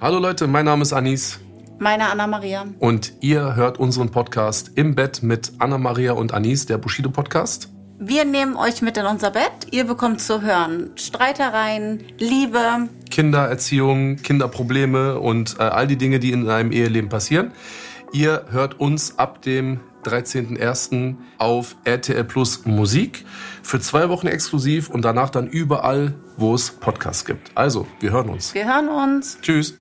Hallo Leute, mein Name ist Anis Meine Anna-Maria. und ihr hört unseren Podcast im Bett mit Anna-Maria und Anis, der Bushido Podcast. Wir nehmen euch mit in unser Bett. Ihr bekommt zu hören Streitereien, Liebe. Kindererziehung, Kinderprobleme und äh, all die Dinge, die in einem Eheleben passieren. Ihr hört uns ab dem 13.01. auf RTL Plus Musik für zwei Wochen exklusiv und danach dann überall, wo es Podcasts gibt. Also, wir hören uns. Wir hören uns. Tschüss.